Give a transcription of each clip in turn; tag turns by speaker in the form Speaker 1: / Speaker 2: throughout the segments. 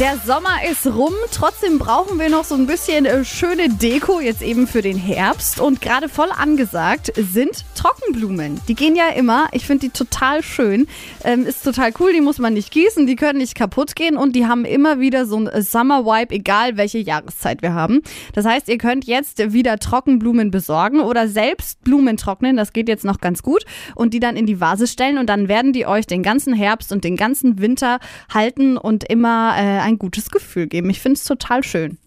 Speaker 1: Der Sommer ist rum, trotzdem brauchen wir noch so ein bisschen äh, schöne Deko jetzt eben für den Herbst. Und gerade voll angesagt sind Trockenblumen. Die gehen ja immer. Ich finde die total schön. Ähm, ist total cool, die muss man nicht gießen, die können nicht kaputt gehen und die haben immer wieder so ein Summer-Wipe, egal welche Jahreszeit wir haben. Das heißt, ihr könnt jetzt wieder Trockenblumen besorgen oder selbst Blumen trocknen. Das geht jetzt noch ganz gut. Und die dann in die Vase stellen und dann werden die euch den ganzen Herbst und den ganzen Winter halten und immer äh, ein gutes Gefühl geben. Ich finde es total schön.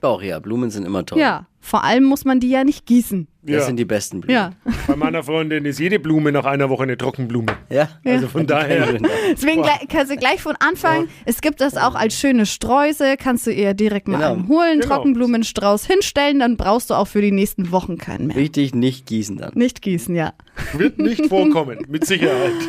Speaker 2: Auch ja, Blumen sind immer toll.
Speaker 1: Ja, vor allem muss man die ja nicht gießen.
Speaker 2: Das
Speaker 3: Ja.
Speaker 2: sind die besten Blumen.
Speaker 1: Ja,
Speaker 3: Bei meiner Freundin ist jede Blume nach einer Woche eine Trockenblume.
Speaker 2: ja?
Speaker 3: Also von daher.
Speaker 1: deswegen gleich, kannst du gleich von Anfang, es gibt das auch als schöne Streuse, kannst du ihr direkt mal
Speaker 2: Genau.
Speaker 1: einen holen,
Speaker 3: Genau.
Speaker 1: Trockenblumenstrauß hinstellen, dann brauchst du auch für die nächsten Wochen keinen mehr.
Speaker 2: Richtig nicht gießen dann.
Speaker 1: Nicht gießen, ja.
Speaker 3: Wird nicht vorkommen, mit Sicherheit.